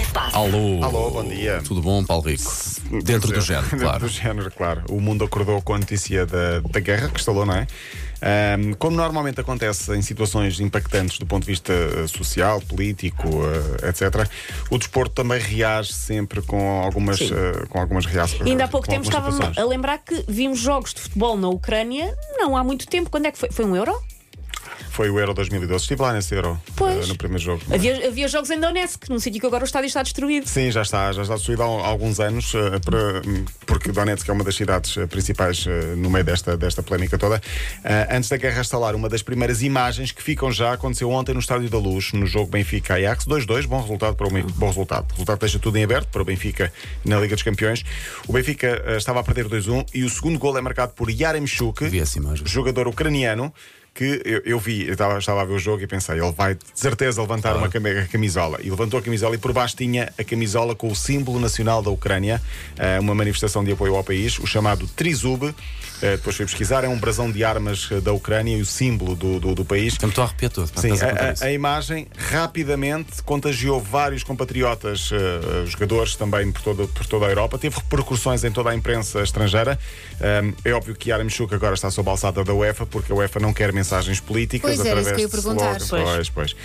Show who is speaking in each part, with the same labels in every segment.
Speaker 1: espaço.
Speaker 2: Alô.
Speaker 3: Alô, bom dia.
Speaker 2: Tudo bom, Paulo Rico? Dentro do género,
Speaker 3: é. Dentro
Speaker 2: claro.
Speaker 3: do género, claro. O mundo acordou com a notícia da, da guerra que estalou, não é? Ahm, como normalmente acontece em situações impactantes do ponto de vista eh, social, político, eh, etc., o desporto também reage sempre com algumas,
Speaker 1: Sim.
Speaker 3: eh, com algumas reações.
Speaker 1: Ainda há pouco
Speaker 3: com
Speaker 1: tempo
Speaker 3: algumas
Speaker 1: estava
Speaker 3: situações.
Speaker 1: a lembrar que vimos jogos de futebol na Ucrânia não há muito tempo. Quando é que foi? Foi um euro?
Speaker 3: Foi o Euro 2012. Estive lá nesse Euro,
Speaker 1: Pois.
Speaker 3: eh, no primeiro jogo.
Speaker 1: Havia, havia jogos em Donetsk, num sítio que agora o estádio está destruído.
Speaker 3: Sim, já está, já está destruído há alguns anos, eh, para- porque Donetsk é uma das cidades eh, principais eh, no meio desta, desta polémica toda. Eh, Antes da guerra estalar, uma das primeiras imagens que ficam já aconteceu ontem no Estádio da Luz, no jogo Benfica-Ajax. 2-2, bom resultado para o Benfica. Bom resultado. O resultado deixa tudo em aberto para o Benfica na Liga dos Campeões. O Benfica eh, estava a perder 2-1 e o segundo gol é marcado por Yaremchuk,
Speaker 2: Vi essa imagem.
Speaker 3: jogador ucraniano. Que eu, eu vi, eu estava, estava a ver o jogo e pensei, ele vai de certeza levantar uma came- camisola. E levantou a camisola e por baixo tinha a camisola com o símbolo nacional da Ucrânia, eh, uma manifestação de apoio ao país, o chamado Trizub. Eh, depois fui pesquisar, é um brasão de armas eh, da Ucrânia e o símbolo do, do, do país.
Speaker 2: Portanto, Então estou a arrepiar todo. pá,
Speaker 3: Sim,
Speaker 2: estás a contar
Speaker 3: a-
Speaker 2: isso.
Speaker 3: a, a imagem rapidamente contagiou vários compatriotas, eh, eh, jogadores também por, todo- por toda a Europa, teve repercussões em toda a imprensa estrangeira. Ahm, é óbvio que Yara Michuk agora está sob a alçada da UEFA, porque a UEFA não quer mensagens políticas
Speaker 4: Pois era,
Speaker 3: através
Speaker 4: isso que eu ia
Speaker 3: de
Speaker 4: perguntar.
Speaker 3: slogans. Pois, pois.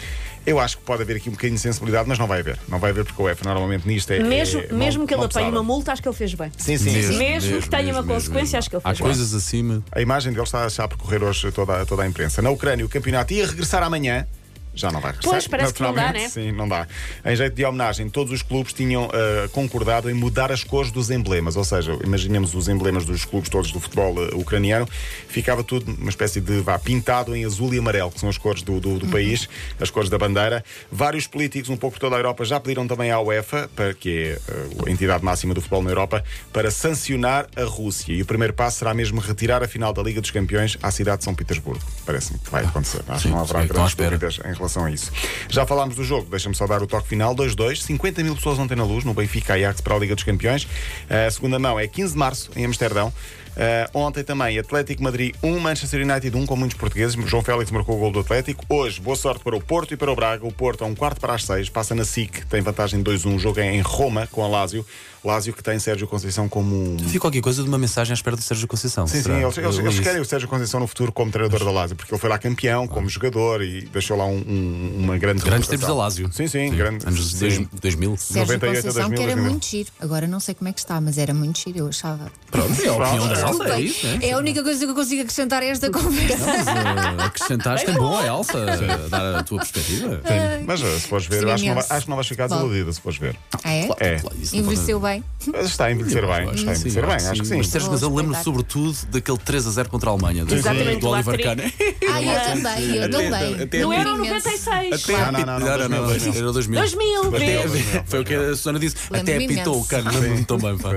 Speaker 3: Eu acho que pode haver aqui um bocadinho de sensibilidade, mas não vai haver. Não vai haver porque a UEFA normalmente nisto é.
Speaker 1: Mesmo,
Speaker 3: é- não-
Speaker 1: mesmo que ele
Speaker 3: não
Speaker 1: apanhe
Speaker 3: pesava.
Speaker 1: uma multa, acho que ele fez bem.
Speaker 3: Sim, sim, sim.
Speaker 1: Mesmo que tenha uma consequência, acho que ele
Speaker 2: Há
Speaker 1: fez bem.
Speaker 2: coisas acima.
Speaker 3: A imagem dele está está a percorrer hoje toda, toda a imprensa. Na Ucrânia, o campeonato ia regressar amanhã. Já não vai regressar.
Speaker 1: Pois, parece que não dá, né?
Speaker 3: naturalmente. Sim, não dá. Em jeito de homenagem, todos os clubes tinham eh, concordado em mudar as cores dos emblemas. Ou seja, imaginemos os emblemas dos clubes todos do futebol eh, ucraniano. Ficava tudo uma espécie de vá pintado em azul e amarelo, que são as cores do, do- do
Speaker 2: Uhum.
Speaker 3: país, as cores da bandeira. Vários políticos, um pouco por toda a Europa, já pediram também à UEFA, para, que é eh, a entidade máxima do futebol na Europa, para sancionar a Rússia. E o primeiro passo será mesmo retirar a final da Liga dos Campeões à cidade de São Petersburgo. Parece-me que vai acontecer. Acho
Speaker 2: Sim,
Speaker 3: que não haverá
Speaker 2: sim, estão à
Speaker 3: grandes
Speaker 2: espera.
Speaker 3: dúvidas dúvidas em relação a isso. Já falámos do jogo, deixa-me só dar o toque final: 2-2, 50 mil pessoas ontem na luz, no Benfica Ajax para a Liga dos Campeões. A segunda mão é 15 de março, em Amsterdão. Ah, ontem também Atlético Madrid 1, Manchester United 1, com muitos portugueses. João Félix marcou o gol do Atlético. Hoje, boa sorte para o Porto e para o Braga. O Porto, a um quarto para as seis, passa na SIC, tem vantagem 2-1. O jogo é em Roma com a Lazio. Lazio que tem Sérgio Conceição como um
Speaker 2: Vi qualquer coisa de uma mensagem à espera do Sérgio Conceição.
Speaker 3: Sim, sim,
Speaker 2: será?
Speaker 3: eles, eles-
Speaker 2: Eu
Speaker 3: eles
Speaker 2: li
Speaker 3: querem
Speaker 2: isso.
Speaker 3: o Sérgio Conceição no futuro como treinador da Lazio, porque ele foi lá campeão, como jogador e deixou lá um- um- uma grande
Speaker 2: Ah. Grandes tempos da
Speaker 3: reputação.
Speaker 2: Lásio.
Speaker 3: Sim, sim, grande.
Speaker 2: Anos
Speaker 3: sim.
Speaker 2: 2000.
Speaker 4: Sérgio
Speaker 3: 98 a
Speaker 4: Conceição, que era
Speaker 3: 2000.
Speaker 4: muito giro. Agora não sei como é que está, mas era muito giro, eu achava.
Speaker 2: Pronto, é a opinião da Elsa, é
Speaker 4: Bem,
Speaker 2: isso, é?
Speaker 4: é a única coisa que eu consigo acrescentar a esta conversa.
Speaker 2: Eh, Acrescentaste, é bom, Elsa, dar a tua perspectiva.
Speaker 1: É.
Speaker 3: Mas eh, se fores ver,
Speaker 4: Sim,
Speaker 3: acho que, não vai,
Speaker 4: imenso.
Speaker 3: acho que não vais ficar
Speaker 4: Bom.
Speaker 3: desiludida se fores ver.
Speaker 4: Ah, é?
Speaker 2: Claro,
Speaker 3: É.
Speaker 2: claro, isso não pode-
Speaker 4: Envelheceu bem.
Speaker 3: Mas Está a envelhecer bem,
Speaker 2: Acho
Speaker 3: está a
Speaker 2: que sim,
Speaker 3: envelhecer bem, acho que
Speaker 2: Mas,
Speaker 3: sim.
Speaker 2: Sérgio, mas eu lembro sobretudo daquele 3 a 0 contra a Alemanha, do,
Speaker 1: Exatamente,
Speaker 2: do
Speaker 1: o
Speaker 2: Oliver
Speaker 1: hat-trick.
Speaker 2: Kahn.
Speaker 4: Ah, eu também, eu também.
Speaker 2: até-
Speaker 1: No
Speaker 2: Não
Speaker 1: Euro
Speaker 4: Imenso.
Speaker 1: 96.
Speaker 3: Não, não, não, não,
Speaker 2: Era
Speaker 3: 2000.
Speaker 2: era 2000.
Speaker 1: 2000.
Speaker 2: Até- Foi o que a Susana disse. Até
Speaker 4: Lembro-me
Speaker 2: apitou o
Speaker 4: imenso.
Speaker 2: cano, lembro-me tão bem, pá.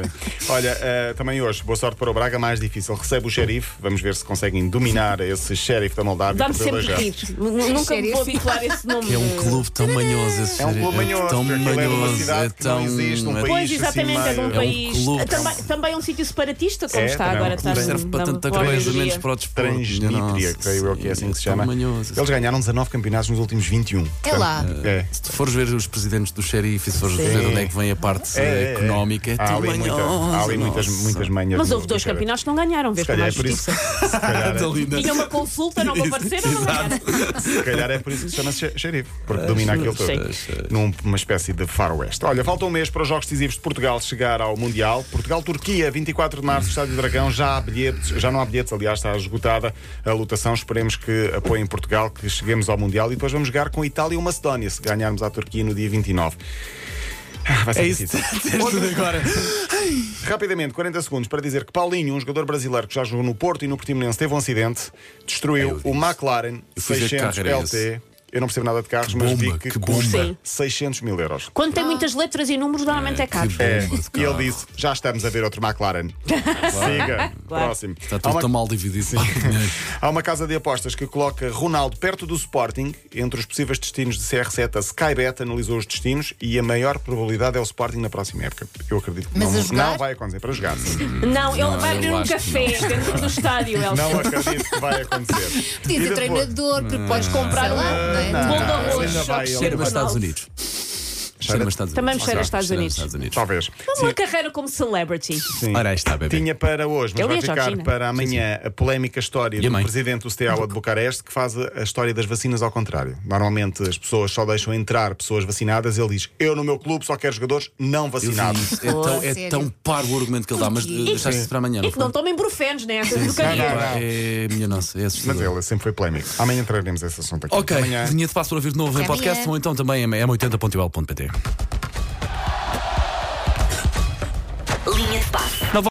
Speaker 3: Olha, eh, também hoje, boa sorte para o Braga, mais difícil. Recebe o xerife, vamos ver se conseguem dominar esse xerife da Moldávia.
Speaker 1: Dá-me
Speaker 3: por dois
Speaker 1: sempre
Speaker 3: jogos.
Speaker 1: rir. N- Nunca me vou
Speaker 4: Xerife.
Speaker 1: habituar a esse nome.
Speaker 2: Que é um
Speaker 1: de-
Speaker 2: clube tão manhoso esse
Speaker 3: É um
Speaker 2: Xerife,
Speaker 3: clube manhoso,
Speaker 2: tão
Speaker 3: porque aquilo é uma
Speaker 2: manhoso,
Speaker 3: cidade
Speaker 2: é
Speaker 3: que não
Speaker 2: tão-
Speaker 3: existe, um
Speaker 2: é-
Speaker 3: país.
Speaker 1: Pois,
Speaker 3: assim,
Speaker 1: exatamente, é de um
Speaker 2: É
Speaker 3: meio-
Speaker 2: um
Speaker 1: país.
Speaker 2: clube.
Speaker 1: Também, também é um sítio separatista, como
Speaker 3: É,
Speaker 1: está
Speaker 3: também é um
Speaker 1: agora.
Speaker 3: clube.
Speaker 1: está
Speaker 2: Serve para
Speaker 1: na-
Speaker 2: tanta
Speaker 1: na
Speaker 2: coisa,
Speaker 1: borracharia.
Speaker 2: menos para o desporto.
Speaker 3: Transnistria,
Speaker 2: Nossa,
Speaker 3: creio eu que é assim que se
Speaker 2: tão
Speaker 3: chama.
Speaker 2: manhoso.
Speaker 3: Eles ganharam 19 campeonatos nos últimos 21. portanto,
Speaker 4: lá.
Speaker 3: É.
Speaker 2: Se fores ver os presidentes do xerife e se fores ver onde é que vem a parte
Speaker 3: É, é, é.
Speaker 2: económica, é
Speaker 3: Há
Speaker 2: tão
Speaker 3: ali, muita, há ali muitas,
Speaker 2: manhoso.
Speaker 3: muitas manhas.
Speaker 1: Mas
Speaker 3: no-
Speaker 1: houve dois
Speaker 3: no xerife.
Speaker 1: campeonatos que não ganharam,
Speaker 3: Se
Speaker 1: vez com
Speaker 3: calhar é
Speaker 1: mais
Speaker 3: por isso.
Speaker 1: justiça.
Speaker 3: Se calhar,
Speaker 2: Tão Tá linda.
Speaker 4: é
Speaker 1: Tinha uma consulta, não vou aparecer, não vou ganhar.
Speaker 3: se calhar é por isso que se chama xe- xerife,
Speaker 1: Ah,
Speaker 3: porque domina aquilo
Speaker 1: sei.
Speaker 3: todo. Num- Numa espécie de faroeste. Olha, falta um mês para os Jogos Decisivos de Portugal chegar ao Mundial. Portugal-Turquia, 24 de março, Estádio Dragão. Já, há bilhetes, já não há bilhetes, aliás, está esgotada a lotação. Esperemos que apoiem Portugal, que cheguemos ao Mundial e depois vamos jogar com Itália ou Macedónia, se ganharmos à Turquia no dia 29. Ah, Vai ser
Speaker 2: É isso,
Speaker 3: difícil.
Speaker 2: tens tudo agora.
Speaker 3: Rapidamente, 40 segundos para dizer que Paulinho, um jogador brasileiro que já jogou no Porto e no Portimonense, teve um acidente, destruiu o McLaren
Speaker 2: Eu fui ver que
Speaker 3: 600
Speaker 2: carro era
Speaker 3: LT. Eu não percebo nada de carros, mas
Speaker 2: bomba,
Speaker 3: vi que,
Speaker 2: que
Speaker 3: custa
Speaker 1: bomba.
Speaker 3: 600 mil euros.
Speaker 1: Quando tem muitas letras e números, normalmente é caro.
Speaker 3: É,
Speaker 2: Bomba de
Speaker 3: e ele
Speaker 2: carro.
Speaker 3: disse: já estamos a ver outro McLaren. Siga, próximo.
Speaker 2: Está
Speaker 3: Há
Speaker 2: tudo
Speaker 3: uma-
Speaker 2: tão mal dividido. pá.
Speaker 3: Há uma casa de apostas que coloca Ronaldo perto do Sporting. Entre os possíveis destinos de CR7, a Skybet analisou os destinos e a maior probabilidade é o Sporting na próxima época. Eu acredito que
Speaker 4: Mas
Speaker 3: não,
Speaker 4: a jogar?
Speaker 3: não vai acontecer. Para jogar, sim.
Speaker 1: Não, ele vai
Speaker 2: eu
Speaker 1: abrir um
Speaker 2: acho que
Speaker 1: café dentro do estádio, Elsa.
Speaker 3: Não acredito que vai acontecer.
Speaker 4: Podia
Speaker 3: E
Speaker 4: ser
Speaker 3: depois-
Speaker 4: treinador, porque podes comprar lá, não é?
Speaker 3: não.
Speaker 1: Bom de
Speaker 3: Ah, ele
Speaker 1: arroz,
Speaker 3: ainda vai,
Speaker 1: choques
Speaker 3: ele
Speaker 1: sem
Speaker 2: Era nos
Speaker 1: Ronaldo.
Speaker 2: Estados Unidos. Cheira-me a Estados Unidos.
Speaker 1: Também me cheira a
Speaker 2: Ah,
Speaker 1: Estados
Speaker 2: cheira-me a
Speaker 1: Unidos.
Speaker 2: Estados Unidos.
Speaker 3: Talvez.
Speaker 1: é Uma carreira como celebrity.
Speaker 3: Sim.
Speaker 2: Ora, aí está, bebê.
Speaker 3: Tinha para hoje, mas
Speaker 1: Eu
Speaker 3: vai
Speaker 1: e a
Speaker 3: ficar
Speaker 1: Georgina.
Speaker 3: para amanhã a polémica história do
Speaker 2: a mãe?
Speaker 3: presidente do CTL de Bucareste que faz a a história das vacinas ao contrário. Normalmente as pessoas só deixam entrar pessoas vacinadas. Ele diz: Eu no meu clube só quero jogadores
Speaker 2: Eu
Speaker 3: não
Speaker 2: vi
Speaker 3: vacinados.
Speaker 2: isso. É tão,
Speaker 4: Pô,
Speaker 2: é
Speaker 4: sério?
Speaker 2: tão parvo o argumento que ele dá, mas
Speaker 4: Porquê?
Speaker 2: eh, deixaste-se para amanhã.
Speaker 1: E que
Speaker 2: foi?
Speaker 1: não tomem brufenos, né? Essas
Speaker 3: Não,
Speaker 1: porcarias.
Speaker 3: não, não.
Speaker 2: É, minha nossa, é
Speaker 3: Mas
Speaker 2: assustador.
Speaker 3: ele sempre foi polémico. Amanhã traremos esse assunto aqui.
Speaker 2: Ok,
Speaker 3: Amanhã.
Speaker 2: linha de passo para ouvir de novo em
Speaker 4: Até
Speaker 2: podcast
Speaker 4: amanhã.
Speaker 2: ou então também em m80.ol.pt.
Speaker 5: Linha de passe.